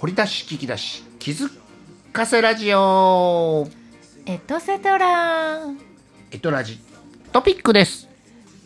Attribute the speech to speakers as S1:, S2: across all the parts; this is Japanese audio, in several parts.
S1: 掘り出し聞き出し気づかせラジオ
S2: エトセトラ
S1: エトラジトピックです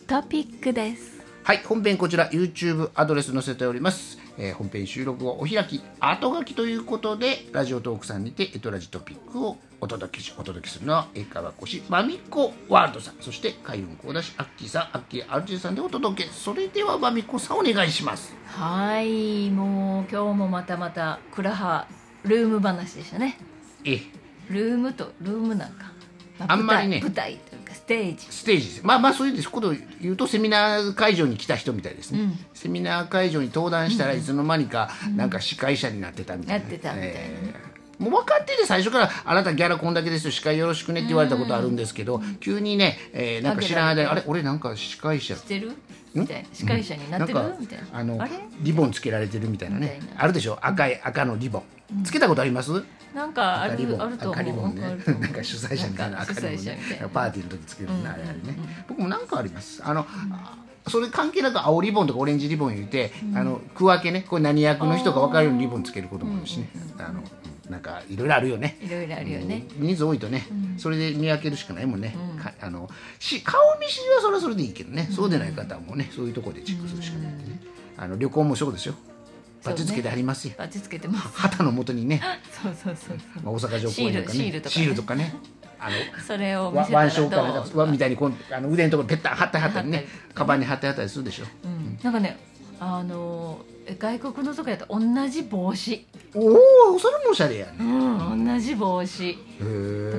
S2: トピックです
S1: はい本編こちら YouTube アドレス載せております、えー本編収録をお開き後書きということでラジオトークさんにてエトラジトピックをお届けしお届けするのは英会話講師まみっこワールドさんそして海運講談師アッキーさんアッキー RJ さんでお届けそれではまみこさんお願いします
S2: はいもう今日もまたまたクラハルーム話でしたね
S1: えー
S2: ルームとルームなんか、ま
S1: あんまりね
S2: 舞台舞台というかステージ
S1: ステージですまあまあそういうことを言うとセミナー会場に来た人みたいですね、
S2: うん
S1: セミナー会場に登壇したらいつの間にかなんか司会者になってたみたいな、
S2: なってたみたいなね
S1: ーもう分かってて最初から「あなたギャラこんだけですよ司会よろしくね」って言われたことあるんですけど、急にね、えーなんか知らない間に「あれ俺なんか司会者
S2: してるみたいな司会者になってる、みたいな
S1: あの
S2: あれ
S1: リボンつけられてるみたいなね
S2: みたいな
S1: あるでしょ赤い赤のリボン、つけたことあります
S2: なんかあ
S1: 赤リボ
S2: る
S1: ン
S2: あると思う
S1: 赤リボンね
S2: あると
S1: なん
S2: 思う
S1: か主催者みたいな
S2: なんか
S1: 赤リ
S2: 主
S1: ボン
S2: 催者
S1: ね
S2: みたいな
S1: パーティーの時つけるのあれあれね、僕もなんかありますあの、あそれ関係なく青リボンとかオレンジリボン言って、あの区分けねこれ何役の人か分かるようにリボンつけることもあるしね、あのうんなんかいろいろあるよね
S2: いろいろあるよね、
S1: 人数多いとね、それで見分けるしかないもんね、かあのし顔見知りはそれはそれでいいけどね、そうでない方はもうねそういうところでチェックするしかないんでね、あの旅行もそうですよバチつけてありますよ、
S2: バチつけ てます
S1: 旗のもとにね
S2: そうそうそうそう
S1: まあ、大阪城公園とかね
S2: シールシ
S1: シ
S2: ー
S1: ー
S2: ル
S1: ル
S2: と
S1: とかねあ
S2: それ
S1: の
S2: を見
S1: わ
S2: せた
S1: 腕
S2: ら
S1: 章から
S2: どう
S1: わみたいにこんあの腕のところにぺったん貼ったり貼ったり
S2: 貼
S1: ね
S2: ったりとかね
S1: カバンに貼ったり貼ったりするでしょ
S2: うんなんかねあのー外国のとこやったら同じ帽子、
S1: おおそれもおしゃれやね
S2: うん、同じ帽子
S1: へ
S2: と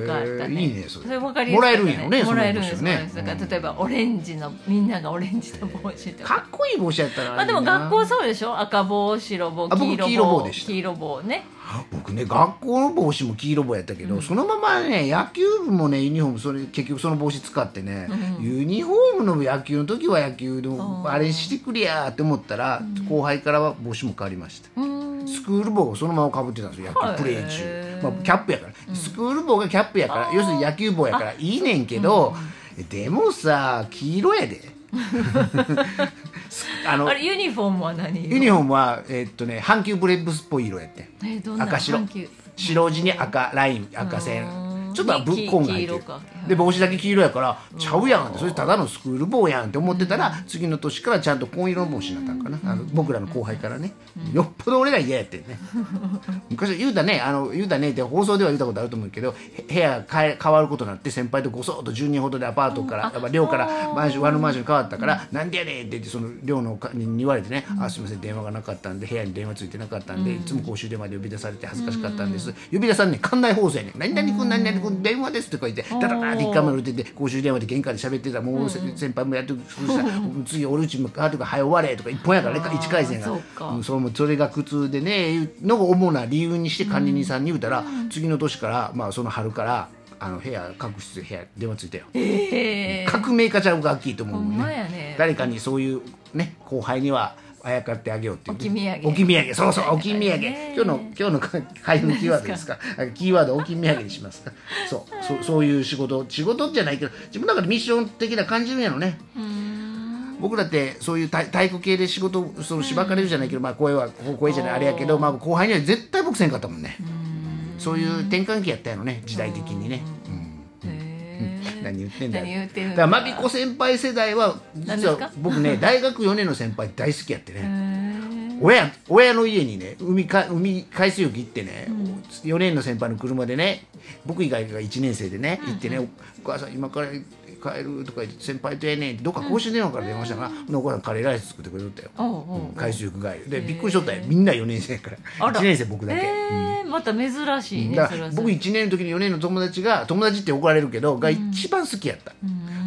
S2: かやった
S1: ー
S2: ね
S1: いいねそれ
S2: 分かり
S1: もらえ
S2: や
S1: る
S2: す
S1: ん
S2: い
S1: やろね
S2: もらえるんで
S1: そ
S2: す
S1: の帽子
S2: そう
S1: は
S2: で
S1: ねう
S2: すだから
S1: ん
S2: 例えばオレンジのみんながオレンジの帽子とか
S1: かっこいい帽子やったら
S2: まあでも学校そうでしょ赤帽白帽
S1: あ僕
S2: 黄色
S1: 黄色
S2: 帽
S1: 帽でした
S2: 黄色帽ね
S1: 僕ね学校の帽子も黄色帽やったけど、そのままね野球部もねユニフォームそれ結局その帽子使ってね、ユニフォームの野球の時は野球のあれしてくれやって思ったら、後輩からは帽子も変わりました
S2: うーん
S1: スクール帽をそのままかぶってたんですよ野球プレー
S2: へ
S1: 中、
S2: ー
S1: まあ、キャップやから、スクール帽がキャップやから要するに野球帽やからいいねんけど、でもさ黄色や ですあの
S2: あれユニフォームは何
S1: ユニフォームはえっとね阪急ブレッブスっぽい色やってん
S2: えどんな
S1: 赤白
S2: 阪急
S1: 白地に赤ライン赤線
S2: うん
S1: ちょっとぶっこんが入ってる
S2: 黄色か
S1: で帽子だけ黄色やからちゃうやんってそれただのスクール帽やんって思ってたら次の年からちゃんと紺色の帽子になったんかなあの僕らの後輩からねよっぽど俺ら嫌やってんね昔言うたねあの言うたねって放送では言ったことあると思うけどへ部屋変え変わることになって先輩とごそっと10人ほどでアパートからやっぱ寮からマンションワンマンションに変わったからなんでやねんって言ってその寮の管理人に言われてねあすいません電話がなかったんで部屋に電話ついてなかったんでいつも公衆電話で呼び出されて恥ずかしかったんです呼び出さんね館内放送やねん何々君何々君電話ですって書いてダダダって一回目の出て公衆電話で玄関で喋ってたらもうせ先輩もやってくるしさ次俺うち向かうとか早終われとか一本やからね
S2: あー
S1: 1回戦が
S2: そうか
S1: うんそれもそれが苦痛でねいうのが主な理由にして管理人さんに言うたら、次の年から、まあ、その春からあの部屋各室で部屋電話ついたよ、
S2: ええ
S1: 革命家ちゃうが大きいと思
S2: ほ
S1: うもん
S2: んま
S1: ね
S2: やね
S1: 誰かにそういうね後輩にはあやかってあげようっていう、
S2: 置き土産
S1: 置き土産そうそう置き土産、
S2: ね
S1: 今日の今日の開運キーワードですかキーワード置き土産にしますかそうそうそういう仕事仕事じゃないけど自分の中でミッション的な感じるんやろね
S2: うーん
S1: 僕だってそういう体体育系で仕事そのしばかれるじゃないけど、まあ声はこう声じゃないあれやけど、まあ、後輩には絶対僕せんかったもんねそういう転換期やったんやろね時代的にね、うん
S2: へえ
S1: 何言ってんだよ
S2: 何言ってるん
S1: だ
S2: だ
S1: からまびこ先輩世代は
S2: 何
S1: 実
S2: ですか
S1: は僕 ね大学4年の先輩大好きやってね、
S2: へえ
S1: 親親の家にね海か海海水浴行ってね、4年の先輩の車でね僕以外が1年生でね行ってね、お母さん今から帰る」とか言って「先輩とやねん」ってどっか公衆電話から電話したから、お母さんカレーライス作ってくれとったよ、
S2: おうおうおう
S1: 海水浴帰りでびっくりしとったよみんな4年生やか
S2: あ
S1: ら
S2: ら
S1: 1年生僕だけ。
S2: ええまた珍しいね
S1: だ
S2: そ
S1: か
S2: れ
S1: ら
S2: はそれ
S1: 僕1年の時に4年の友達が友達って怒られるけどが一番好きやった、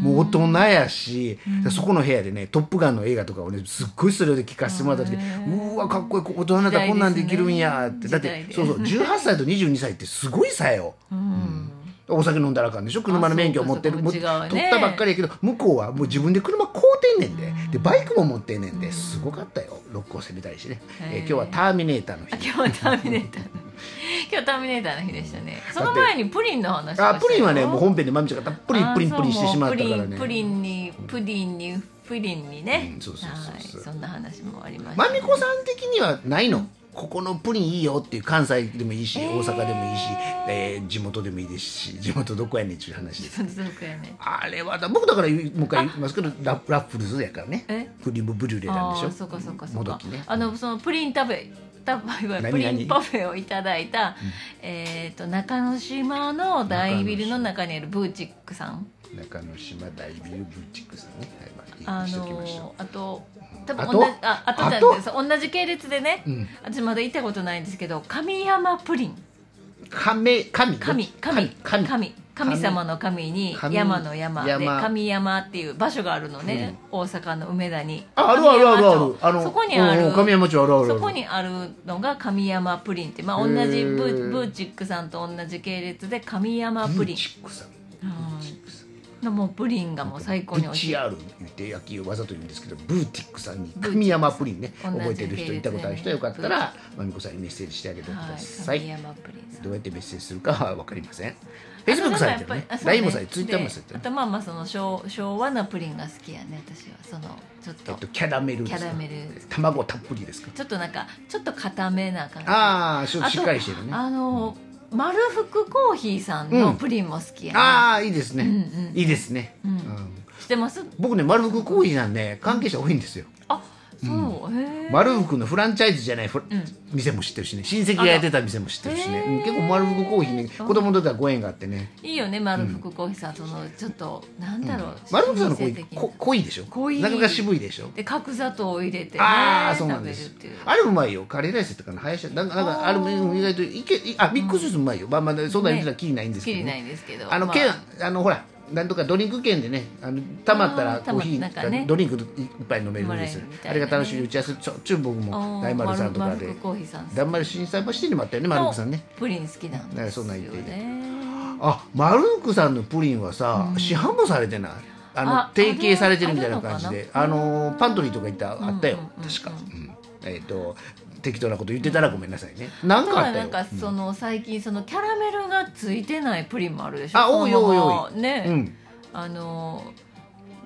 S1: もう大人やし、そこの部屋でね「トップガン」の映画とかをねすっごいそれで聞かせてもらった時、うわかっこいい大人になったらこんなんできるんやって、
S2: 時
S1: だっ
S2: 代ですね
S1: て
S2: 時
S1: そ
S2: 代
S1: うそ
S2: で
S1: う18歳と22歳ってすごい差よ
S2: うん
S1: お酒飲んだらあかんでしょ車の免許持ってる
S2: あそ
S1: も
S2: うか
S1: 取
S2: そ
S1: っ
S2: うか違うね
S1: たばっかりやけど向こうはもう自分で車買うてんねんででバイクも持ってんねんですごかったよロックを攻めたりしてね、えー
S2: へー
S1: 今日は「ターミネーター」の日
S2: あ今日はターミネーターの 今日ターミネーターの日でしたねその前にプリンの話をしたよ
S1: あプリンはねもう本編でまみちゃんがたっぷりプリンプリンしてしまったから
S2: あそうも
S1: ね
S2: うプリンプリンにプリンにプリンにね、
S1: うんそうそうそうそう
S2: はいそんな話もありました
S1: まみこさん的にはないのここのプリンいいよっていう関西でもいいし、大阪でもいいし、えー地元でもいいですし地元どこやねんっていう話です
S2: そうそうそうやね
S1: あれはだ僕だから言うもう一回言いますけどララッフルズやから
S2: え
S1: ねクリームブリュレなん
S2: あ
S1: でし
S2: あ
S1: ょ
S2: ーそうかそうかそう
S1: もど
S2: か
S1: きね
S2: あのそのプリン食べた場合は
S1: 何
S2: プリ
S1: 何
S2: ンパフェをいただいた、えっ、と中之島の大ビルの中にあるブーチックさん
S1: 中之島大ビルブーチックさんね、はいまあ、
S2: あ
S1: しときましょう
S2: のーあと多分
S1: あと
S2: 同じああとじゃないです同じ系列でね、
S1: うん
S2: 私まだ行ったことないんですけど神山プリン
S1: 神神ね神
S2: 神神
S1: 神
S2: 神神様の神に
S1: 神
S2: 山の山で
S1: 山
S2: 神山っていう場所があるのね、大阪の梅田に
S1: ああるあるあるあるあ
S2: あ
S1: の
S2: そこにあ
S1: うんう
S2: る
S1: ん神山町あるあるある
S2: そこにあるのが神山プリンって、まあ、同じブーブーチックさんと同じ系列で神山プリ
S1: ブ
S2: ン
S1: ーチックさん
S2: うん
S1: ブーチックさん
S2: のもうプリンがもう最高
S1: ブ
S2: に美
S1: ー
S2: 味し
S1: チ
S2: い
S1: アール言って野球をわざと言うんですけどブーティックさんに神山プリンね
S2: 同じ
S1: 覚えてる人いたことある人はよかったらまみこさんにメッセージしてあげてく
S2: は
S1: だ
S2: い、
S1: さい、
S2: 神山プリンさん
S1: どうやってメッセージするかは分かりませんフェイスブックさんやってるね
S2: あそう
S1: LINE もさんやツイッターもさん
S2: で
S1: や
S2: あ
S1: って
S2: と
S1: る
S2: まあまあその昭昭和なプリンが好きやね私はそのちょっ
S1: え
S2: と、
S1: っとキャラメルですか
S2: キャラメル
S1: 卵たっぷりですか
S2: ちょっとなんかちょっと固めな感じ
S1: ああし
S2: あと
S1: っかりしてるね
S2: あの丸福コーヒーさんのプリンも好きやね、
S1: ああいいですね、
S2: うんうん
S1: いいですね、
S2: うん
S1: うん
S2: 知ってます
S1: 僕ね丸福コーヒーなんで関係者多いんですよ
S2: あそう、へえ
S1: 丸福のフランチャイズじゃないフラ
S2: うん
S1: 店も知ってるしね親戚がやってた店も知ってるしね
S2: あら
S1: うん
S2: へー
S1: 結構丸福コーヒーね
S2: そう
S1: 子供の時はご縁があってね
S2: いいよね丸福コーヒーさん、そのちょっとなんだろう、
S1: 丸福さんのコーヒ
S2: 人生的
S1: ー
S2: な
S1: こ濃いでしょ
S2: 濃い
S1: なかなか渋いでしょ
S2: で角砂糖を入れて、ね、
S1: ああそうな
S2: 食
S1: ん
S2: べる
S1: で
S2: っ
S1: す
S2: ていう
S1: あれうまいよカレーライスやったかな林家なんかなんかあれも意外といけいあミックスジュースうまいよまあまあそんなに言ってたらきりないんですけ
S2: き
S1: ど
S2: りな
S1: ね
S2: いんですけど
S1: あの
S2: ま
S1: 券あのほらなんとかドリンク券でねあのたまったら
S2: あー
S1: コーヒー
S2: たまなんかね
S1: ドリンク一杯飲めるんですよ
S2: もらえるみたい
S1: あ
S2: な
S1: れ
S2: ね
S1: が楽しい打ち合わせちょっちゅう僕も
S2: あ
S1: 大
S2: ー
S1: 丸さんとか
S2: 丸
S1: で
S2: 福コーヒーさん
S1: だんまり震災橋にもあったよね丸福さんね
S2: プリン好きなん
S1: ね
S2: です
S1: そ
S2: よ
S1: んなん
S2: ね
S1: 言っていいあマルークさんのプリンはさ、市販もされてないあの
S2: あ
S1: 提携されてるみたいな感じ
S2: あ
S1: で
S2: るのか
S1: あのパントリーとか行った
S2: ん
S1: あったよ、
S2: うんうんうん
S1: 確か、うんえっ、と適当なこと言ってたらごめんなさいねなん
S2: だ
S1: か
S2: か
S1: あ
S2: ら
S1: った
S2: な
S1: よ
S2: んかその最近そのキャラメルがついてないプリンもあるでしょ
S1: あ多い多い多い
S2: そのままね、
S1: うん
S2: あの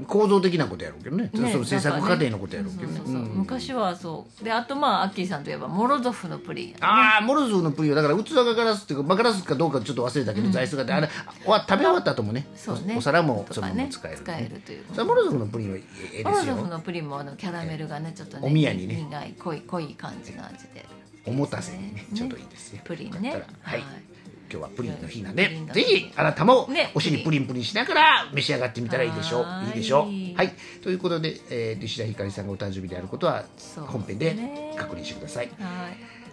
S1: 構造的なことやろうけどね
S2: ね
S1: その制作
S2: なん
S1: 過
S2: かね
S1: 程のことやろうけどね
S2: そうそうそう
S1: うん
S2: 昔はそうであとまあアッキーさんといえばモロゾフのプリン
S1: ああモルズのプリンはだから器がガラスっていうかまあガラスかどうかちょっと忘れたけど、材質があってあれは食べ終わった後もね
S2: そうね
S1: おお皿も
S2: と
S1: その
S2: か
S1: まま
S2: ね
S1: 使える,、
S2: という
S1: さあモルズのプリンはいいで
S2: モロ
S1: す
S2: ゾフ
S1: よ
S2: のプリンもあのキャラメルがねちょっとね
S1: お宮にね
S2: 苦い濃い濃い感じの味で
S1: おもたせにねちょっといいですよ
S2: プリンね
S1: よかったらはい
S2: はい
S1: 今日はプリンの日なんで
S2: プリンの
S1: ぜ
S2: 日
S1: ひあなたも
S2: ね
S1: お尻プリンプリンしながら召し上がってみたらいいでしょう
S2: は
S1: い
S2: い
S1: いでしょうはいということで、えー、石田ひかりさんがお誕生日であることは
S2: そうね
S1: 本編で確認してください、
S2: はい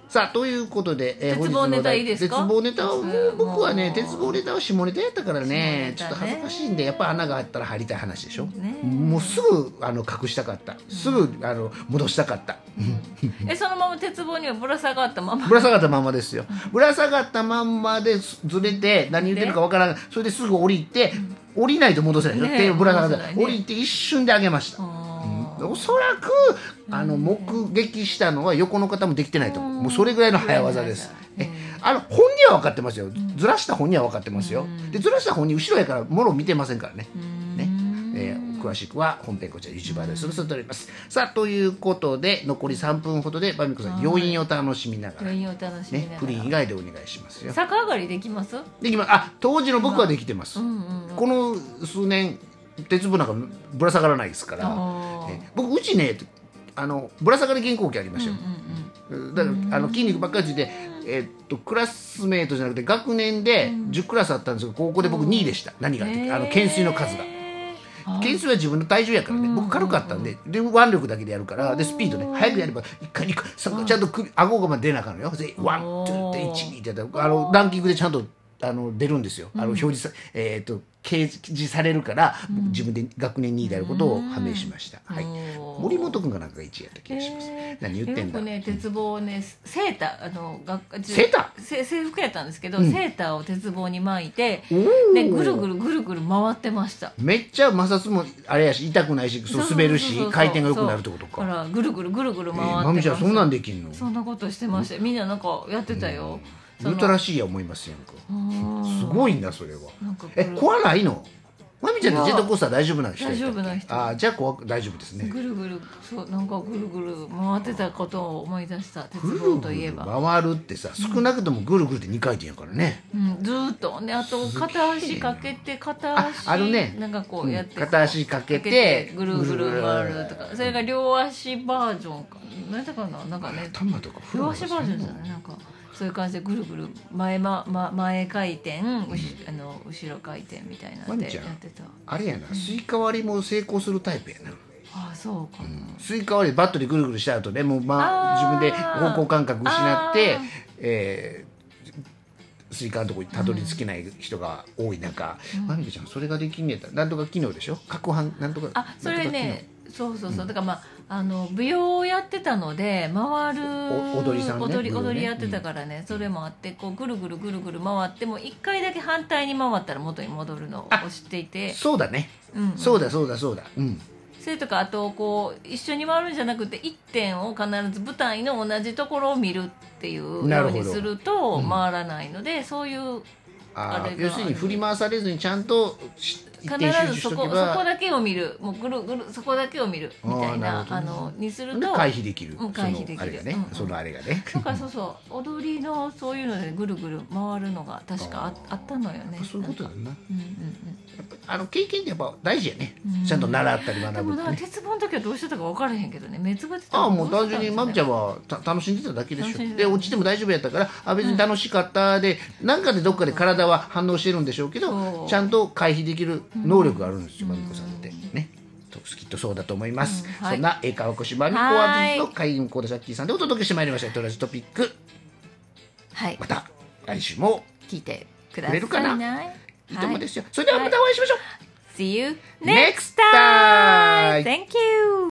S1: さあということで、えー
S2: 鉄棒ネタいいですか
S1: 本日のお題鉄棒ネタはもう
S2: うん
S1: 僕はね
S2: もう
S1: 鉄棒ネタは下ネタやったからねちょ
S2: 下ネタね
S1: っと恥ずかしいんでやっぱ穴があったら入りたい話でしょ、
S2: ね
S1: もうすぐあの隠したかったすぐあの戻したかった、
S2: えそのまま鉄棒にはぶら下がったまま
S1: ぶら下がったまんまですよぶら下がったまんまですずれて何言ってるかわからないそれですぐ降りて降りないと戻せないよ、
S2: ねえ
S1: 手をぶら下がっ
S2: 戻せ
S1: た、
S2: ないね
S1: 降りて一瞬で上げました、
S2: あー
S1: おそらくあの目撃したのは横の方もできてないと思う、もうそれぐらいの早技です、
S2: うん
S1: えあの本人は分かってますよずらした本人は分かってますよ、でずらした本人後ろやからもろ見てませんからね、ねえー詳しくは本編こちら YouTube アドレスに載っております、さあということで残り3分ほどでバミコさん余韻を楽しみながら
S2: 余韻を楽しみなが
S1: ね
S2: ら、
S1: プリン以外でお願いしますよ
S2: 逆上がりできます
S1: できますあ当時の僕はできてます、
S2: うんうん
S1: この数年鉄棒なんかぶら下がらないですから
S2: あー
S1: え僕うちねあのぶら下がり原稿機ありましたよ、だからあの筋肉ばっかりついて、えっとクラスメートじゃなくて学年で10クラスあったんですけど高校で僕2位でした何がってあの懸垂の数が懸垂は自分の体重やからね僕軽かったんでで腕力だけでやるからでスピードね早くやれば1回2回3回ちゃんと首顎がまで出なあかんのよでワンツーって12ってやったらあのランキングでちゃんとあの出るんですよあの表示さ、えっと掲示されるから、自分で学年2位であることを判明しました、はい
S2: おー
S1: 森本君がなんかが1位やった気がします、
S2: えー
S1: 何言ってんだ
S2: よくね鉄棒をねセーターあのが
S1: セータ
S2: ーせ制服やったんですけど、セーターを鉄棒に巻いて
S1: おー
S2: でぐるぐるぐるぐる回ってました
S1: めっちゃ摩擦もあれやし痛くないしそう滑る
S2: そうそうそう
S1: し
S2: そう
S1: 回転が良くなるってこと
S2: そうだ
S1: か
S2: からぐるぐるぐるぐる
S1: え
S2: 回っ
S1: ー
S2: てました、
S1: まみちゃんそんなんできんの
S2: そんなことしてましたよみんななんかやってたよ、
S1: ウルトラシーや思いますやんか
S2: す
S1: すごいんだそれは
S2: なんかこれ
S1: え怖ないのまみちゃんってジェットコースター大丈夫な人やったっけ
S2: 大丈夫な人
S1: あーじゃあ怖く大丈夫ですね
S2: ぐるぐるそうなんかぐるぐる回ってたことを思い出した鉄棒といえば、
S1: 回るってさ少なくともぐるぐるって2回転やからね、
S2: うん、ずーっとねあと片足かけて片足
S1: ああのね
S2: なんかこうやって、
S1: 片足かけて
S2: ぐるぐる回るとかそれが両足バージョンか何だったかななんかね
S1: 頭とかフ
S2: 両足バージョンじゃないなんかそういう感じでぐるぐる前,、まま、前回転、うしあの後ろ回転みたいなん
S1: まみ
S2: で
S1: ちゃん
S2: やってた
S1: あれやなスイカ割りも成功するタイプやな
S2: ああそうかな、
S1: スイカ割りバットでぐるぐるした後でもう、まあ、自分
S2: あー
S1: で方向感覚失って
S2: あー、
S1: えースイカのとこにたどり着けない人が多い中、まみこちゃんそれができんねやったらなんとか機能でしょ攪拌なんとか
S2: あそ
S1: なん
S2: れね
S1: とか機能
S2: そうそうそうだからまああの舞踊をやってたので回る
S1: お踊りさんね
S2: 踊り
S1: 舞踊ね
S2: 踊りやってたからね、それもあってこうぐるぐるぐるぐる回っても一回だけ反対に回ったら元に戻るのを知っていて
S1: そうだね、
S2: うんうん
S1: そうだそうだそうだうん
S2: それとかあとこう一緒に回るんじゃなくて一点を必ず舞台の同じところを見るっていう
S1: な
S2: よ
S1: る
S2: う
S1: ほど
S2: にすると回らないので、そういう
S1: あ
S2: あ
S1: ー
S2: れが
S1: 要するに振り回されずにちゃんとし一
S2: 必
S1: 点集中
S2: ず
S1: し
S2: そ
S1: と
S2: こ
S1: け
S2: そこ
S1: ば
S2: だけを見るもうぐるぐるそこだけを見るみた
S1: あ
S2: いな
S1: ーな
S2: あ
S1: るほど
S2: のにする
S1: で
S2: と
S1: 回避できる、
S2: うん回避できる
S1: そのあれがね、
S2: うんう
S1: そのあれが
S2: ん
S1: ね
S2: なんかそうそう踊りのそういうのでぐるぐる回るのが確かああったのよね
S1: そういうことだなや
S2: うんうん
S1: っぱりあの経験ってやっぱ大事やね、
S2: うん
S1: ちゃんと習ったり
S2: うん、で
S1: 学ぶ
S2: も
S1: って
S2: な
S1: ね
S2: 鉄棒の時はどうしてたか分からへんけどね目つぶってた
S1: ああもう単純にまみちゃ
S2: ん
S1: んはた楽しんでただけでし
S2: 楽しんで
S1: ょ
S2: た
S1: で落ちても大丈夫やったからあ別に楽しかったで何、なん、かでどっかで体は反応してるんでしょうけ
S2: そ
S1: ど
S2: う
S1: ちゃんと回避できる能力があるんですよ、まみこさんってねときっとそうだと思います、
S2: うんはい
S1: そんなええかわこしまみこはずの会員コーダシャッキーさんでお届けしてまいりました「トラジトピック
S2: はい」
S1: また来週も
S2: 聞いてく
S1: く
S2: ださ
S1: れ
S2: い
S1: るかな
S2: ね
S1: いいと
S2: は
S1: も
S2: い
S1: ですよ、それではまたお会いしましょう、
S2: See you
S1: Next
S2: next
S1: time.
S2: time! Thank you!